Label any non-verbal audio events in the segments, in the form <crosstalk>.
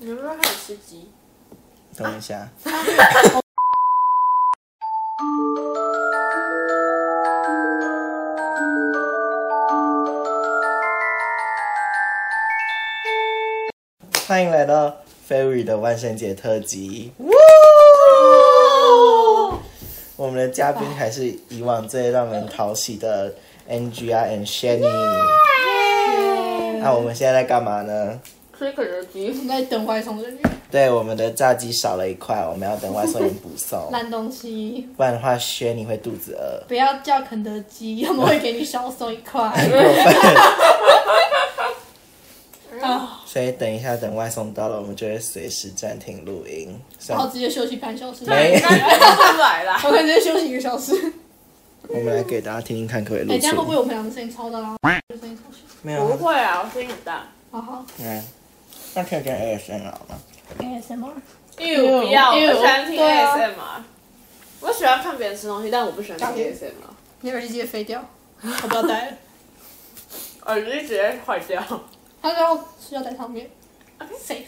你们说开始吃鸡？等一下，欢迎来到 Fairy 的万圣节特辑。我们的嘉宾还是以往最让人讨喜的 Angela and Shanny。那我们现在在干嘛呢？吃肯德基， <laughs> 你在等外送人对，我们的炸鸡少了一块，我们要等外送员补送，烂东西，不然的话，Shanny 会肚子饿。不要叫肯德基， <laughs> 要么会给你少送一 <laughs> 块。啊，所以等一下，等外送到了，我们就会随时暂停录音。然后算，直接休息半小时。没应该出来啦。我看直接休息一个小时。我们来给大家听听看，可不可以哎，录这样会出？不会我们两个声音超大啊？这声音超小。没 <laughs> 有不啊，会啊，我声音很大。好好你看，那可以跟 ASMR 吗？ ，ASMR。因为我不要，我 Ew，不喜欢听对啊 ASMR。我喜欢看别人吃东西，但我不喜欢听干嘛 ASMR。你耳机直接飞掉， <laughs> 我不要戴了。耳哦机直接坏 <laughs> 掉。啊他然后是要在上面，safe。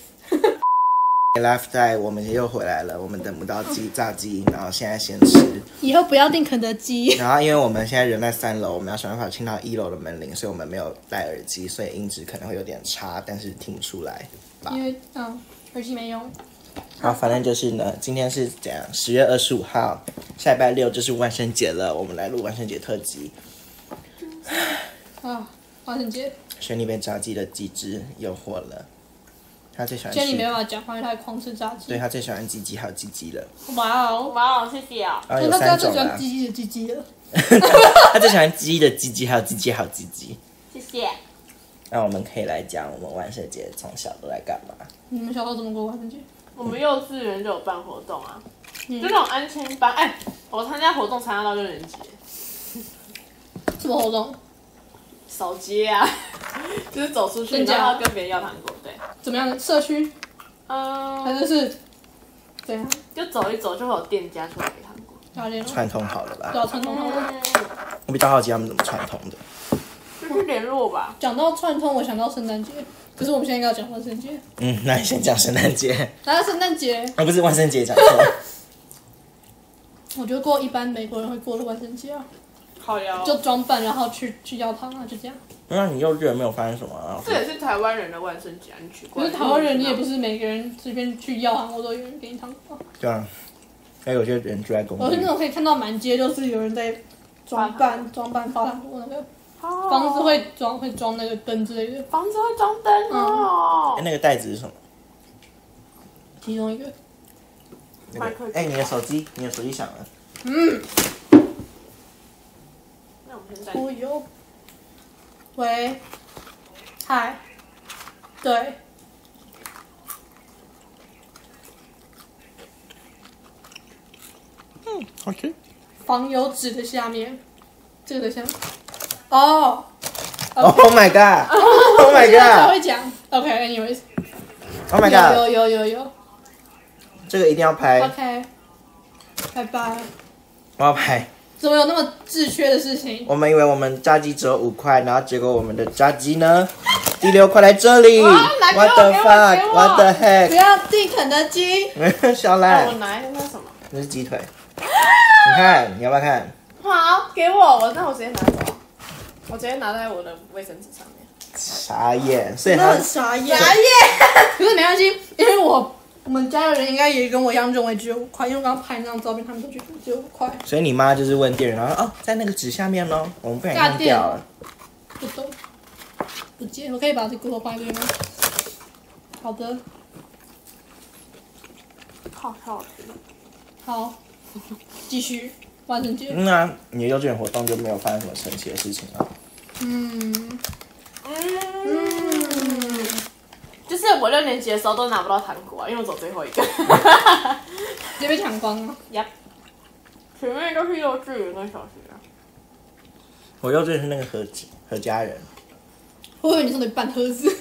Life Day，我们又回来了，我们等不到鸡炸鸡，然后现在先吃。以后不要订肯德基。然后因为我们现在人在三楼，我们要想办法听到一楼的门铃，所以我们没有戴耳机，所以音质可能会有点差，但是听不出来。因为嗯，耳机没用。好，反正就是呢，今天是怎样？十月二十五号，下礼拜六就是万圣节了，我们来录万圣节特辑。啊，万圣节，轩尼被炸鸡的鸡汁诱惑了，他最喜欢今天你没办吃，法讲话，因为他狂吃炸对鸡。他最喜欢鸡鸡还有鸡鸡了，哇哦，哇，谢谢啊。啊那有大家三最种喜啦欢，鸡鸡的鸡鸡了。他最喜欢鸡的鸡鸡还有鸡鸡还有鸡鸡。谢谢。那我们可以来讲我们万圣节从小都在干嘛？你们小时候怎么过万圣节？我们幼稚园就有办活动啊，就那种安全班。哎，我参加活动参加到六年级，什么活动？扫街啊， <laughs> 就是走出去，真假然后跟别人要糖果。对，怎么样的社区？反嗯，正是怎样？就走一走，就会有店家出来给糖果。要联络，串通好了对吧？啊，串通好嗯了。我比较好奇他们怎么串通的。就是联络吧。讲到串通，我想到圣诞节，可是我们现在应该要讲万圣节。嗯，那你先讲圣诞节， <laughs> 然后圣诞节，啊不是万圣节讲错，我觉得过一般美国人会过的万圣节啊，好呀，就装扮，然后去去要堂啊，就这样。那你幼稚园没有发生什么啊？这也是台湾人的万圣啊节，你奇怪。可是台湾人，你也不是每个人随便去要糖果都有人给你糖果。对啊，还有些人住在公我是那寓，种可以看到满街都是有人在装扮装扮发糖果那个哦房子会装会装那个灯之类的，房子会装灯哦哎、。嗯那个袋子是什么？其中一个那麦克个鸡哎、你的手机，你的手机啊响了。那我们现在哦哟，喂，嗨，对，嗯，好吃。防油纸的下面，这个的下面，哦， Oh my 哦 god! Oh my 现在 <laughs> 才 god! 会讲，OK，anyways，、 Oh my 有 god! 哎有有有有这个一定要拍， ，OK，拜拜，我要拍。怎么有那么自缺的事情？我们以为我们炸鸡只有五块，然后结果我们的炸鸡呢，第六块来这里。哇来给我 What the 给我给 fuck? 我 What the 不要订肯德基， heck? <laughs> 小哦我懒，拿那什么？那是鸡腿。你看，你要不要看？好，给我，我那我直接拿走。我直接拿在我的卫生纸上面。傻眼，所以那他很傻眼。耶！ <laughs> 可是没关系，因为我我们家的人应该也跟我一样认为只有五块，因为我刚刚拍那张照片，他们都觉得只有五块，所以你妈就是问店员，然后哦，在那个纸下面咯，我们不小心大弄店掉了。不懂，不见，我可以把这骨头放一边吗？好的，好超好吃。好，继续万圣节。嗯啊，你的幼稚园活动就没有发生什么神奇的事情啊？嗯，嗯，就是我六年级的时候都拿不到糖果啊，因为我走最后一 <laughs> 个。直接被抢光了。呀，前面都是幼稚园跟小学啊。我幼稚园是那个何何家人，我以为你送的半盒子，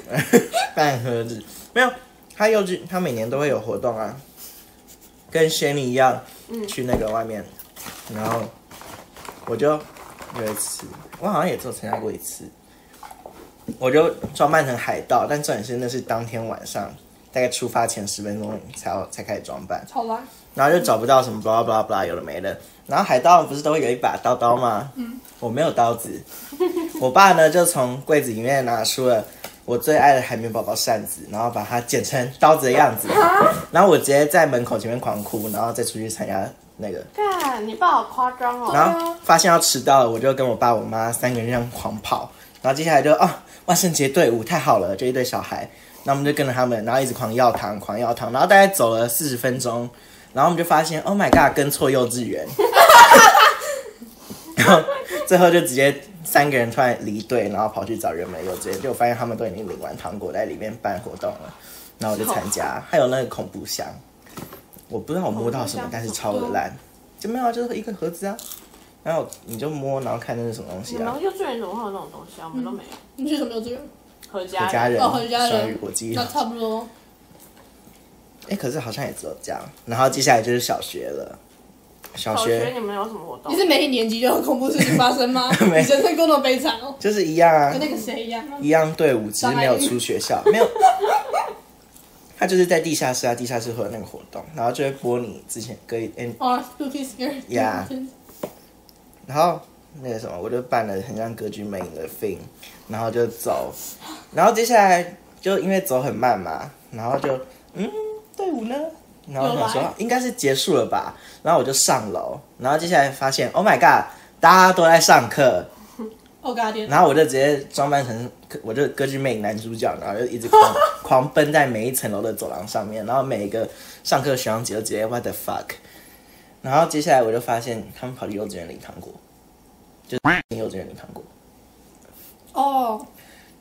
半盒子没有。他幼稚，他每年都会有活动啊，跟 Shanny 一样，嗯去那个外面，然后我就有一次，我好像也做参加过一次，我就装扮成海盗，但重点是那是当天晚上大概出发前十分钟才才开始装扮，超烂。然后就找不到什么 blah blah blah 有的没的。然后海盗不是都会有一把刀刀吗？嗯，我没有刀子。我爸呢就从柜子里面拿出了我最爱的海绵宝宝扇子，然后把它剪成刀子的样子。然后我直接在门口前面狂哭，然后再出去参加那个。干，你爸好夸张哦！然后发现要迟到了，我就跟我爸、我妈三个人这样狂跑。然后接下来就哦，万圣节队伍太好了，就一堆小孩，那我们就跟着他们，然后一直狂要糖，狂要糖，然后大概走了四十分钟，然后我们就发现，Oh my god，跟错幼稚园。 <laughs> 然后最后就直接三个人突然离队，然后跑去找原本的幼稚园，结果发现他们都已经领完糖果在里面办活动了，然后我就参加，还有那个恐怖箱，我不知道我摸到什么，恐怖箱但是超的烂，就没有啊，就是一个盒子啊，然后你就摸，然后看那是什么东西你啊们。幼稚园怎么会有那种东西啊？我们都没有。你去什么幼稚园？何我家家人，哦和家人双语国际，那差不多。哎、可是好像也只有这样。然后接下来就是小学了，小小学学你们有什么活动你？是每一年级就有恐怖事情发生吗？你哦 <laughs> 没人生过那么悲惨哦，就是一样啊跟，那个谁一样啊。一样队伍，只是没有出学校，没有。 <laughs> 他就是在地下室啊，地下室会有那个活动，然后就会播你之前歌，嗯，哦，Spooky Scary。 Yeah 然后那个什么，我就办了很像歌剧魅影的 thing，然后就走，然后接下来就因为走很慢嘛，然后就嗯，队伍呢？然后我想有说来应该是结束了吧，然后我就上楼，然后接下来发现 Oh my god，大家都在上课， Oh God！天 <laughs> 然后我就直接装扮成我就歌剧魅影男主角，然后就一直狂狂奔在每一层楼的走廊上面，然后每一个上课的学长姐都直接 what the fuck，然后接下来我就发现他们跑去幼稚园领糖果，就是幼稚园领糖果，哦，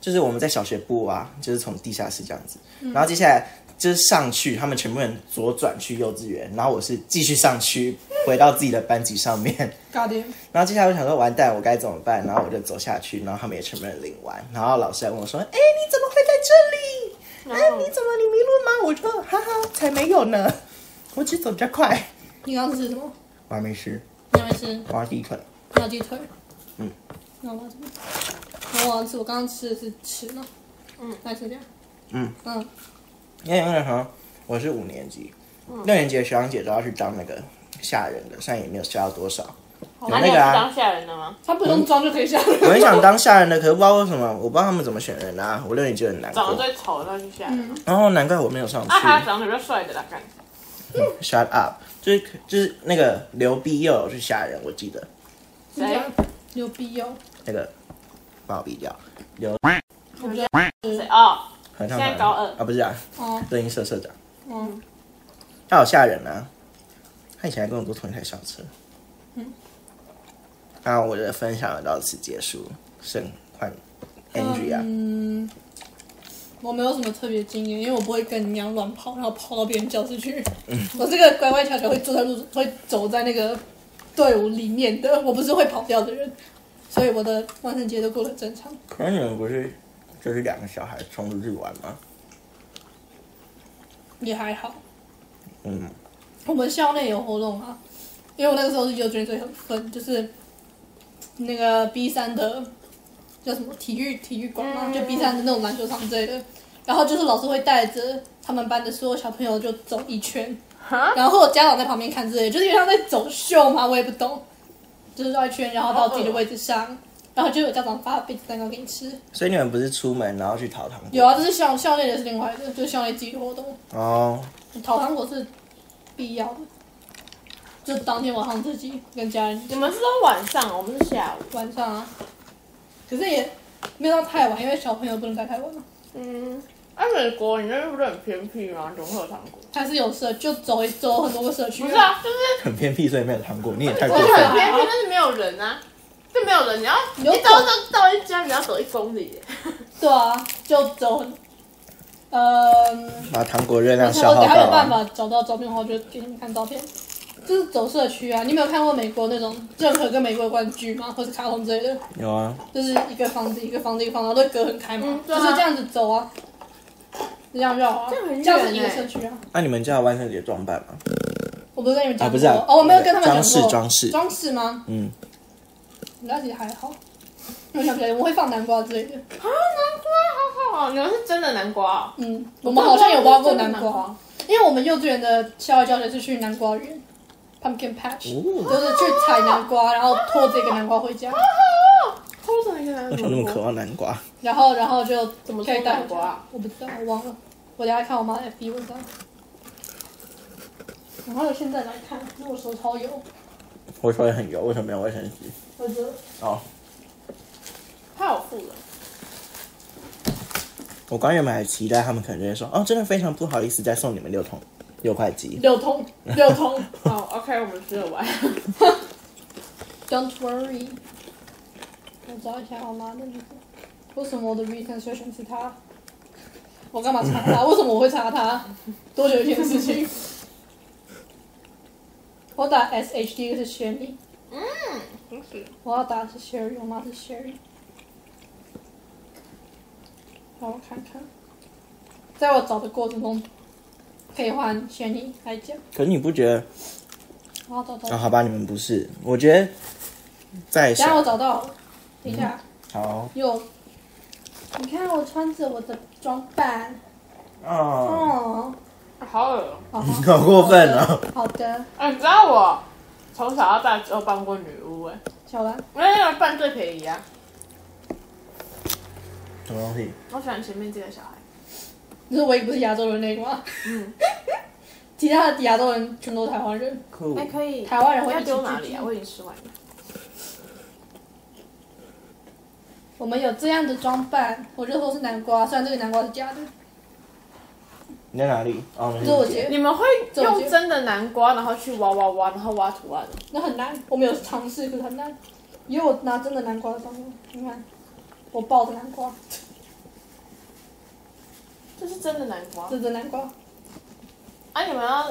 就是我们在小学部啊，就是从地下室这样子，然后接下来就是上去，他们全部人左转去幼稚园，然后我是继续上去回到自己的班级上面。 God！天然后接下来我想说，完蛋，我该怎么办？然后我就走下去，然后他们也全部人领完，然后老师还问我说：“哎、你怎么会在这然里？哎、后你怎么你迷路吗？”我说：“哈哈，才没有呢，我只走比较快。你刚刚吃什么？”我还没吃，你没吃我要第一口。辣鸡腿。嗯。那我要吃什么？那我要吃，我刚刚吃的是吃呢。嗯，来吃点。嗯嗯，因为那时候我是五年级，嗯六年级的学长姐都要去当那个吓人的，虽然也没有吓到多少。有那你有那去个啊，当吓人的吗？他不用装就可以下来。我很想当吓人的，可是不知道为什么，我不知道他们怎么选人啊。我六年级很难长得过，最丑的那就吓人。然后难怪我没有上去。啊哈，长得比较帅的啦，干。 Shut up，就是就是那个刘必佑是吓人，我记得谁？牛逼哦！那个把我毙掉，我不知道。谁？哦，合唱团现在高二啊，不是啊，哦，乐音社社长，嗯，他好吓人啊！他以前还跟我坐同一台校车。嗯嗯，那我的分享就到此结束，剩换 Angie 啊，嗯，我没有什么特别经验，因为我不会跟你一样乱跑，然后跑到别人教室去。嗯我这个乖乖巧巧会坐在路，会走在那个队伍里面的，我不是会跑掉的人，所以我的万圣节都过得正常。可是你们不是就是两个小孩冲出去玩吗？也还好。嗯，我们校内有活动啊，因为我那个时候是幼稚园，所以很分，就是那个 B 三的叫什么体育体育馆嘛，就 B 三的那种篮球场之类的。然后就是老师会带着他们班的所有小朋友就走一圈，哈，然后家长在旁边看之类的，就是因为他们在走秀嘛，我也不懂，就是绕一圈，然后到自己的位置上，然后就有家长发杯子蛋糕给你吃。所以你们不是出门然后去讨糖果？有啊，这是校校内的是另外的，就是校内自己的活动。哦，讨糖果是必要的，就当天晚上自己跟家人你们是都晚上，啊我们是下午。晚上啊。可是也没有到太晚，因为小朋友不能待太晚了。嗯，啊，美国你那边不是很偏僻吗？怎么会有糖果？还是有社就走一走很多个社区。不是啊，就是很偏僻，所以没有糖果，你也太就过是分很了。偏僻，但是没有人啊，就没有人。你要你有到走到到一家，你要走一公里耶。对啊，就走很，嗯，把糖果热量但是消我耗等下掉有办啊！法找到照片的话，我就给你们看照片。就是走社区啊，你没有看过美国那种任何跟美国有关的剧吗？或是卡通之类的，有啊，就是一个房子一个房子一个房子，然后都隔很开嘛，嗯对就啊是这样子走啊，这样绕啊，这样很远这样是一个欸社区啊。那你们家有万圣节装扮吗？我不是跟你们讲过、啊不是啊哦，我没有跟他装们讲过饰装饰装饰吗？嗯，我们家其实还好，因为我想起来我会放南瓜之类的，啊，南瓜好哦，你们是真的南瓜哦、嗯，我们好像有挖过南真的南瓜，因为我们幼稚园的校外教学是去南瓜园 （pumpkin patch），、哦，就是去采南瓜，然后拖着一个南瓜回啊家，偷着一个南为什瓜，嗯么那么渴望南瓜？然后然后就怎么可以做带南回瓜家啊？我不知道，我忘了，我等一下看我妈的 FB 文章。然后现在来看，因为我手超油，我说也很油，为什么没有卫生纸？我觉得哦，怕我负了。我刚原本还期待他们可能就会说，哦，真的非常不好意思，再送你们六桶六块鸡。六通六通哦，OK，我们吃得完。 ，Don't worry。我找一下我妈的名字，为什么我的 reason 会选是她？我干嘛查她？为什么我会查她？多久以前的事情？我打 S H D 是 Sherry，真是我要打的是 Sherry，我妈是 Sherry。让我看看，在我找的过程中，可以换 Sherry 来讲。可是你不觉得？我要找到啊、，好吧，你们不是，我觉得在等一下我想，找到了，等一嗯下。好，有，你看我穿着我的装扮，哦，哦，好恶哦、好好过分哦！好的，哎，你知道我从小到大只有扮过女巫哎、小兰，因为那个扮最便宜啊。什么东西？我喜欢前面这个小孩，你说唯一不是亚洲人那个吗？嗯， <laughs> 其他的亚洲人全都是台湾人，酷哎、可以。嗯台湾人会要一起丢哪里聚集啊？。我已经吃完了。我们有这样的装扮，我就说是南瓜，虽然这个南瓜是假的，你在哪里？哦，这是我你姐，你们会用真的南瓜，然后去挖挖挖，然后挖图案的？那很难，我们有尝试，可是很难，因为我拿真的南瓜的装扮，你看，我抱着南瓜，这是真的南瓜这是真南瓜，啊！你们要，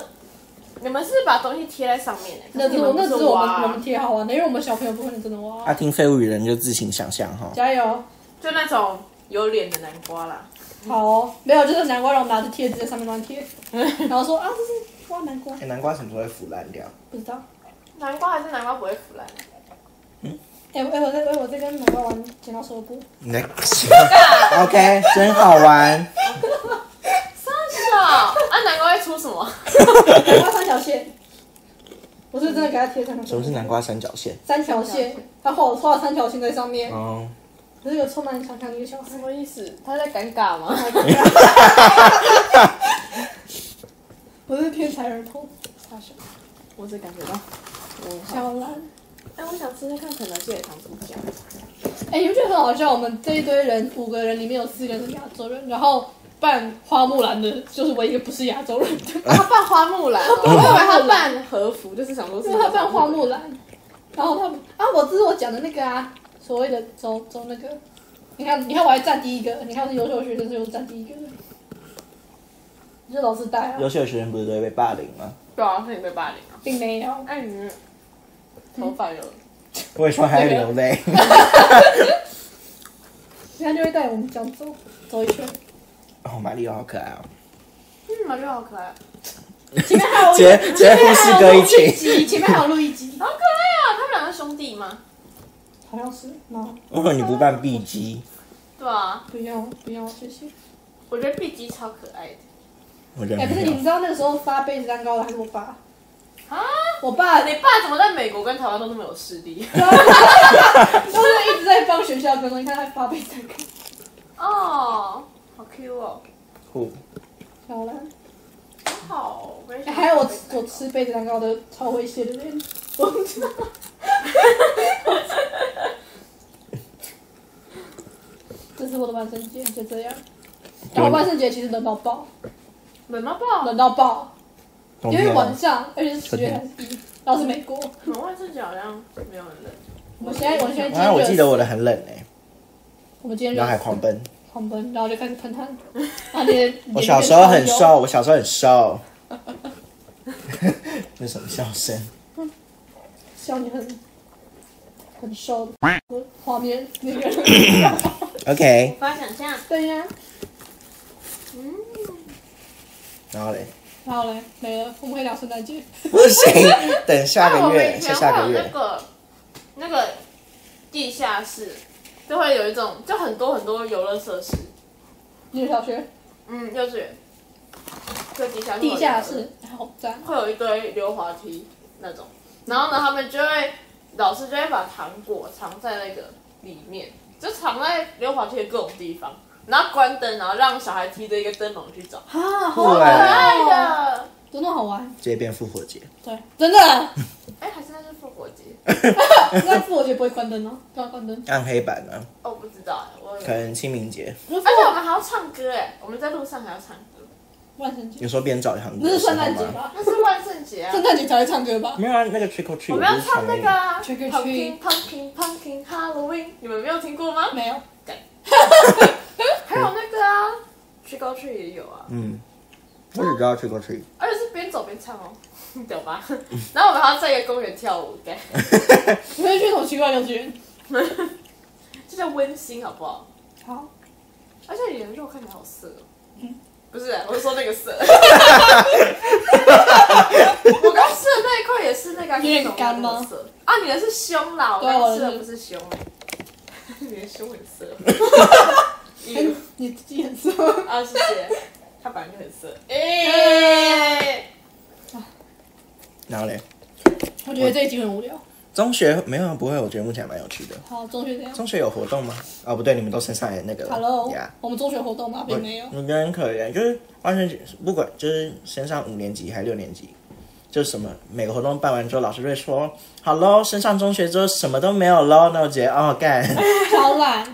你们是把东西贴在上面的、可那你只们我不那只是是我们挖我们贴好玩的，因为我们小朋友不可能真的挖，啊，听废物语人就自行想象哈。加油。就那种有脸的南瓜啦。好、哦，没有，就是南瓜，然后我拿着贴纸在上面乱贴，然后说啊，这是挖南瓜，哎南瓜什么时候会腐烂掉？不知道。南瓜还是南瓜不会腐烂。哎、我哎、我在哎、我在跟南瓜玩剪刀石头 <laughs> 布，你在 <laughs> ？OK，真好玩。是啊，啊，南瓜会出什么？南瓜三条线，我是真的给他贴三条线。什么是南？瓜三角线？三条线，他画我画了三条线在上面，哦，这是个充满想象力的小孩。什么意思？他在尴尬吗？我是天才儿童，傻笑。我只感觉到。小兰，哎，我想吃吃看肯德基的糖醋酱。哎、你不觉得很好笑？我们这一堆人，五个人里面有四个人是亚洲人，然后扮花木兰的就是唯一一个不是亚洲人 <laughs> 的。他扮花木兰哦，我以为 <laughs> 他扮和服，就是想说是因为他扮花木兰，然后他啊，我这是我讲的那个啊，所谓的走走那个，你看你看我还占第一个，你看我是优秀学生，所以我占第一个，你是老师带啊优，秀的学生不是都会被霸凌吗？对啊，是你被霸凌啊。并没有，哎，你头发有我也说还要流 <laughs> 泪。他就会带我们这样走走一圈，哦，马里奥好可爱哦。嗯，马六好可爱，前面还有直接直接前面呼还吸有哥一录一起。集，前面还有录一集，好可爱啊！他们两个兄弟吗？好像是，那为什么你不扮 B G？对啊，不用不用谢谢。我觉得 B 级超可爱的我觉得哎、不是，没你有们。知道那个时候发杯子蛋糕的还是我爸，啊！我爸你爸怎么在美国跟台湾都那么有势力？就是一直在帮学校跟踪，你看他发杯子 <laughs> 蛋糕，哦，好 Q 哦，酷好了。好哦，我也想哎还有我吃我吃杯子蛋糕的超会谢的人，我不 <laughs> 知道。这是我的万圣节，就这样。然后万圣节其实冷到爆，冷到爆，冷到爆，冬因为天晚了上，而且是十月还是一，然后是美国。可能万圣节好像没有人冷。我现在我现在今啊，天我热记死，得我的很冷哎，我们今天然后还热狂奔。狂奔，然后就开始喷汗， <laughs> 然后那我小时候很瘦，我小时候很 <laughs> 瘦。那什么笑声？笑你很很瘦的画面那个。 <laughs> OK，无法想象，对呀，嗯，然后嘞，然后嘞没了，我们可以聊圣诞节。不行，等下哦那我个们 <laughs> 以月，下前下会有个那啊月，个那个地下室，就会有一种就很多很多游乐设施，你小学嗯，幼稚园，最底下会有地下室，好赞。会有一堆溜滑梯那种，然后呢，他们就会老师就会把糖果藏在那个里面，就藏在溜滑梯的各种地方，然后关灯，然后让小孩提着一个灯笼去找，好啊，好可可爱爱爱的，的。真的好玩。直接变复活节。对，真的。哎、还是那是复活节，那复活节不会关灯哦，都要关灯。暗黑版呢，哦，我不知道哎，我也可能清明节而而且我们还要唱歌哎，我们在路上还要唱歌，万圣节有时候边找糖果那的是时候圣诞节吗？ <laughs> 吧？那是万圣节啊圣。诞节才会唱歌吧？没有啊，那个 trick or treat，我们不要是唱那个啊 Trick or Pumpkin Pumpkin Pumpkin Halloween，你们没有听过吗？没有，还有那个啊，Trick or Treat 也有啊。嗯，我只知道 trick or treat。而且是边走边唱哦， <laughs> 你懂吧？然后我们还要在一个公园跳舞，对，你会去什么奇怪的幼稚园？这叫温馨好不好？好，而且你的肉看起来好色哦，嗯不是，我是说那个 <laughs> 色。我刚吃的那一块也是那个啊你很干吗？是那种色啊，你的是胸啦，我对啊我刚的吃的是不是胸， <laughs> 你的胸很 <laughs> 色。哎咦你自己很 <laughs> 色。啊，谢谢，他本来就很色。哎， <laughs> 然后嘞，我觉得这一集很无聊。中学没有啊不会，我觉得目前蛮有趣的。好，中学这样。中学有活动吗？哦，不对，你们都升上来那个了 Hello，呀。我们中学活动吗？我并没 <laughs> 有。我觉得很可怜，就是完全不管，就是升上五年级还是六年级，就是什么每个活动办完之后，老师就会说：“好喽，升上中学之后什么都没有喽。”那我觉得哦干，超懒。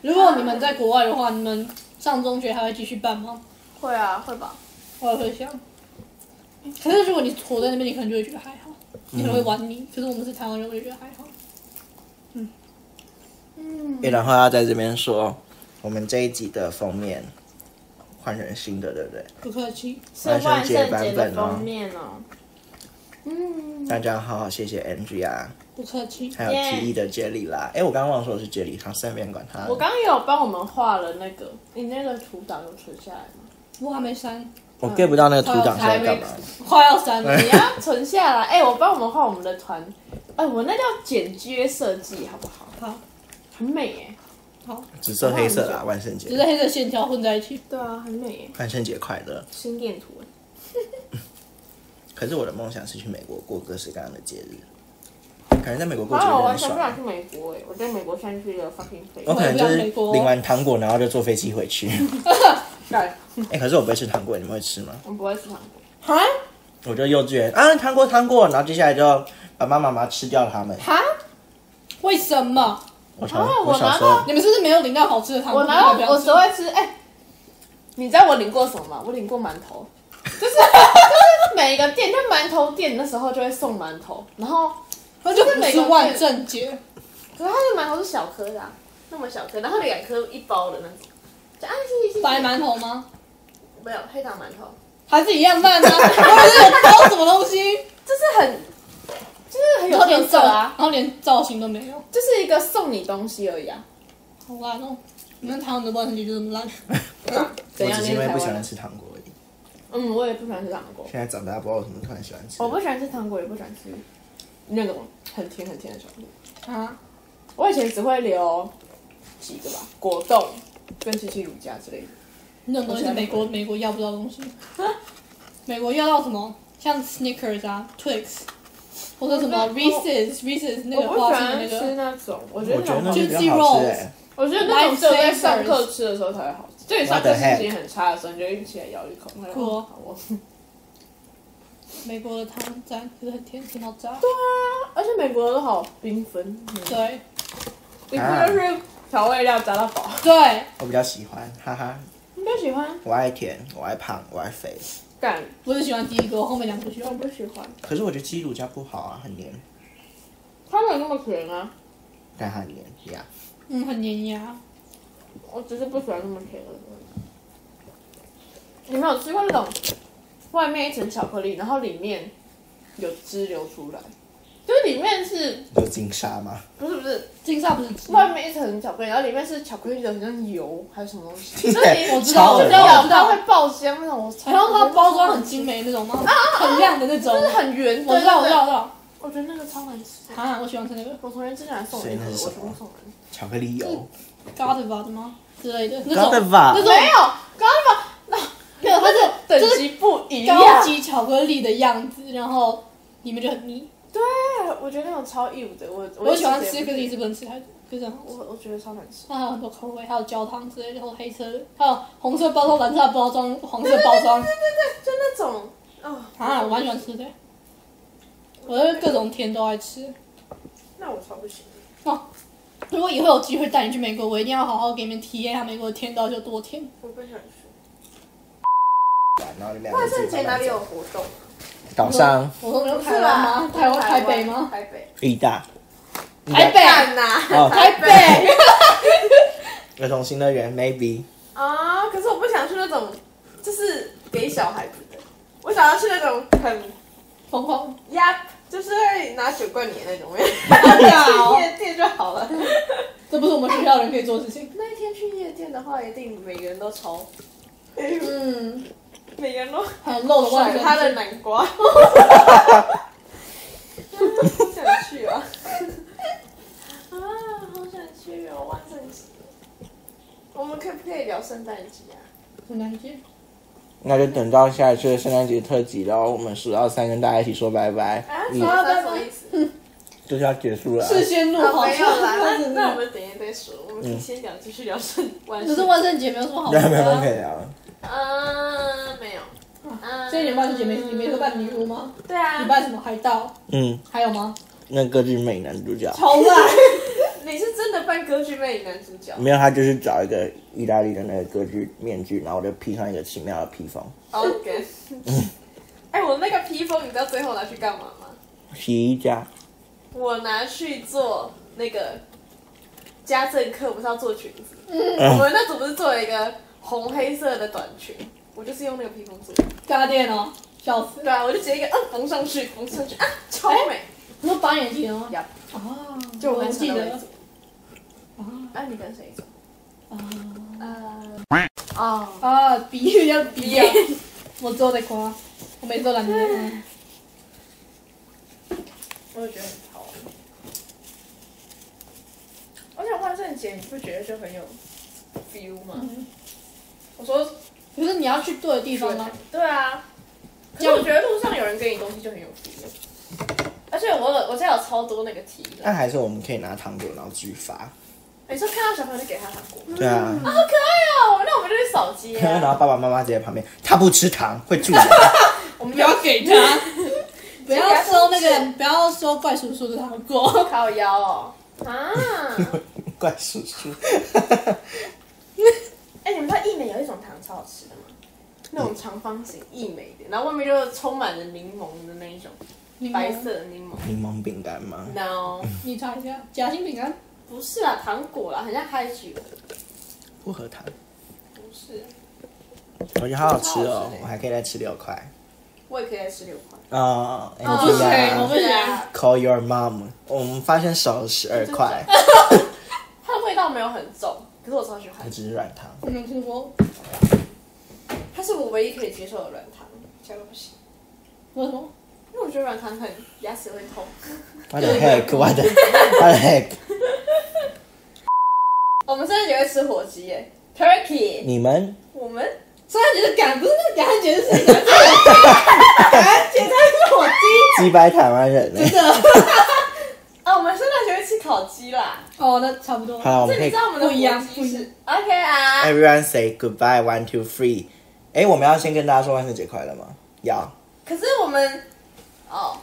如果你们在国外的话，你们上中学还会继续办吗？会啊，会吧？我也会想。嗯可是如果你活在那边，你可能就会觉得还好，你可能会玩腻。可是我们是台湾人，我就觉得还好。一然后要在这边说，我们这一集的封面换成新的，对不对？不客气，是万圣节版万本哦面哦。大家好好谢谢 Angie 啊，不客气。还有 Yeah T E 的 Jelly 啦。哎，我刚刚忘了说我是 Jelly，好，顺便管他。我刚刚也有帮我们画了那个，你那个图档有存下来吗？我还没删，我 get 不到那个图档是在干嘛还。快要删了。你要存下来，哎、我帮我们画我们的团，哎、我那叫简约设计，好不好？好，很美哎、好，紫色黑色啦，万圣只节是，黑色线条混在一起。对啊，很美哎、万圣节快乐。心电图哎、可是我的梦想是去美国过各式各样的节日，感觉在美国过反节日正啊我完很全不爽。想去美国哎、我对美国现在是一个 fucking face。我可能就是领完糖果，然后就坐飞机 <laughs> 回去。 <laughs> 哎、可是我不会吃糖果，你们会吃吗？我不会吃糖果，哈我就幼稚园啊，糖果糖果，然后接下来就爸爸妈妈吃掉它们。哈，为什么？我常、啊我我小拿时候到你们是不是没有领到好吃的糖果？啊我拿不到要我吃只会吃哎、你知道我领过什么吗？我领过馒头，就是 <laughs> 就是每一个店，就馒头店那时候就会送馒头，然后那就不是万圣节。可是它的馒头是小颗的、啊，那么小颗，然后两颗一包的那种。就啊，谢谢谢谢。白馒头吗？没有黑糖馒头，还是一样慢 <laughs> 吗？我是有包什么东西？就是很，就是很有然后特连色造，啊然，后连造型都没有，就是一个送你东西而已啊。好烂哦！你们台湾的万圣节就这么烂， <laughs> 怎我样只是因为不喜欢那是台湾的吃糖果而已。嗯，我也不喜欢吃糖果，现在长大不知道为什么突然喜欢吃我。不喜欢吃糖果，也不喜欢吃那种很甜很甜的巧克力。啊！我以前只会留几个吧，果冻跟七七乳加之类的。那种东西是美国美国要不到的 <laughs> 东西，美国要到什么？像 Snickers 啊，Twix，或者什么我 Reese's Reese's 那我个不花喜欢生的那吃个，那种，我觉我得觉得那种，那比较好吃哎、我觉得那种只有在上课吃的时候才会好吃，就你上课 What the heck？心情很差的时候，你就一起来咬一口，然后就酷哦好哦。美国的糖沾，可是很甜，甜到炸。啊而且美国的都好缤纷，啊对一个就是调味料加到饱。对，我比较喜欢，哈哈，你不喜欢？我爱甜，我爱胖，我爱肥。干，我只喜欢第一个，后面两个不喜我欢。不喜欢。可是我觉得鸡乳加不好啊，很黏，它没有那么甜啊，但它很黏呀。嗯，很粘牙。我只是不喜欢那么甜的东西。你没有吃过那种外面一层巧克力，然后里面有汁流出来？就是里面是有金沙吗？不是不是金沙不是吃，外面一层巧克力，然后里面是巧克力的，很像油还是什么东 <laughs> 西？就是你我知道超我知道恶咬我知到道会爆浆那种，我超然后它包装很精美那种吗？很亮的那种。就是很圆，我知道，我知道，我知道。我觉得那个超难吃的。啊，我喜欢吃那个我同学之前还送我一盒，所以那是我什么全部送人。巧克力油， Godiva 的吗之类的嗯那种， Godiva 那种没有，刚刚把没有，它是等级不一样。高级巧克力的样子，然后里面就很腻。对，我觉得那种超义务的，我我喜欢一直吃，也不可是一行直不能吃太多，可是很好吃。我我觉得超难吃。它还有很多口味，还有焦糖之类的，然后黑色的，还有红色包装、蓝色包装、黄色包装对对对，就那种，哦，啊，我蛮喜欢吃的。我对各种甜都爱吃。那我超不行。哦，如果以后有机会带你去美国，我一定要好好给你们体验一下美国的甜到底有多甜。我不想去。然后你们两万个圣自己节哪慢慢里有走。活动？岛上我说没有不台湾吗？台湾台北吗？台北。啊意大，意大台北干呐，哦台北 <laughs> 儿童新乐园 maybe 啊！可是我不想去那种，就是给小孩子的，我想要去那种很疯狂呀，就是会拿酒灌你的那 <laughs> 种。屌啊 <laughs> 去夜店就好了。这不是我们学校人可以做的事情。那一天去夜店的话，一定每个人都超，嗯，每个人都很露的外甩 <laughs> 人，他的南瓜。好想去啊！啊，好想去哦，万圣节。我们可不可以聊圣诞节啊？很难接。那就等到下一次的圣诞节特辑喽，我们数到三跟大家一起说拜拜，啊，你什么意思？啊就是要结束了啊。事先录啊，好，没有啦，那这样子那我们等一下再说，我们可以先聊，继续聊圣万只是圣。万圣节没有什么好对，玩没有的东西啊可以。聊了。嗯，没有。嗯，啊所以你们万圣节没你没都扮女巫吗？对啊，你扮什么海盗？嗯，还有吗？那个是美男主角，超 <laughs> 烂，你是真的扮歌剧魅影男主角？没有他就是找一个意大利的那个歌剧面具，然后就披上一个奇妙的披风， OK。哎、我那个披风，你知道最后拿去干嘛吗？洗衣家。我拿去做那个家政课，不是要做裙子？我嗯，们那组不是做了一个红黑色的短裙，我就是用那个披风做的。家电哦，笑死对。啊，我就直接一个嗯缝上去，缝上去啊，超美。你说八年级哦？呀啊，就我我跟记陈乐得一组啊啊，你跟谁做？啊呃，哦，啊！比喻要比喻，我做的夸，我每次都懒得夸。我也觉得很好玩。而且万圣节你不觉得就很有 feel 吗？嗯我说可是你要去对的地方啊，对啊，可是我觉得路上有人给你东西就很有 feel，而且我有我家有超多那个题的，那还是我们可以拿糖果然后继续发。每次看到小朋友就给他糖果，对啊，好可爱哦！那我们就去扫街、然啊，后爸爸妈妈直接旁边，他不吃糖会蛀牙。我们 <laughs> 不就要给他，啊不要收 <laughs> 那个，不要收怪叔叔的糖果。靠腰哦啊！怪叔叔，哎、你们知道益美有一种糖超好吃的吗？那种长方形益美的，然后外面就充满了柠檬的那一种白色，的柠檬。柠檬饼干吗？ No，你查一下夹心饼干。不是啊，糖果啦，很像开局的，薄荷糖，不是。我觉得好好吃超好哦吃，的我还可以再吃六块。我也可以再吃六块。啊，不行，我不哦对行。啊， Call your mom，我们发现少了十二块，它的味道没有很重，可是我超喜欢它。只是软糖。我没有吃过，它是我唯一可以接受的软糖，其他都不行。为什么？因为我觉得软糖很牙齿会痛。 What the heck？What the <laughs> What the heck？我们圣诞节会吃火鸡耶，turkey。你们我们圣诞节的感不是那个感恩节是谁的？感恩节它是火鸡，击败台湾 <laughs> 人呢、真的。啊，我们圣诞节会吃烤鸡啦。哦，那差不多。好了，我这们可你以知道我们的不一样火不鸡一样是 OK 啊。 everyone say goodbye one two three。哎，我们要先跟大家说万圣节快乐吗？要，可是我们哦，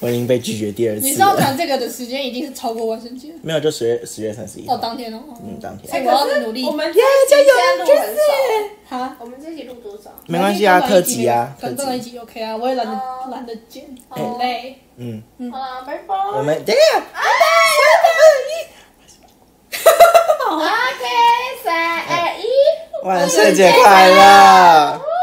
我已经被拒绝第二你次知道了。讲这个的时间一定是超过万圣节没有，就十月十月三十一号。哦，当天哦。嗯，当天哎可我要是努力我们耶，加油！录很少，好，我们这一集录多少？没关系啊，短短特一集辑啊，特短短一辑。集 OK 啊，我也懒哦得懒得剪，哦很累。嗯，好啦，拜拜。我们等一下， OK，三二一，万圣节快乐。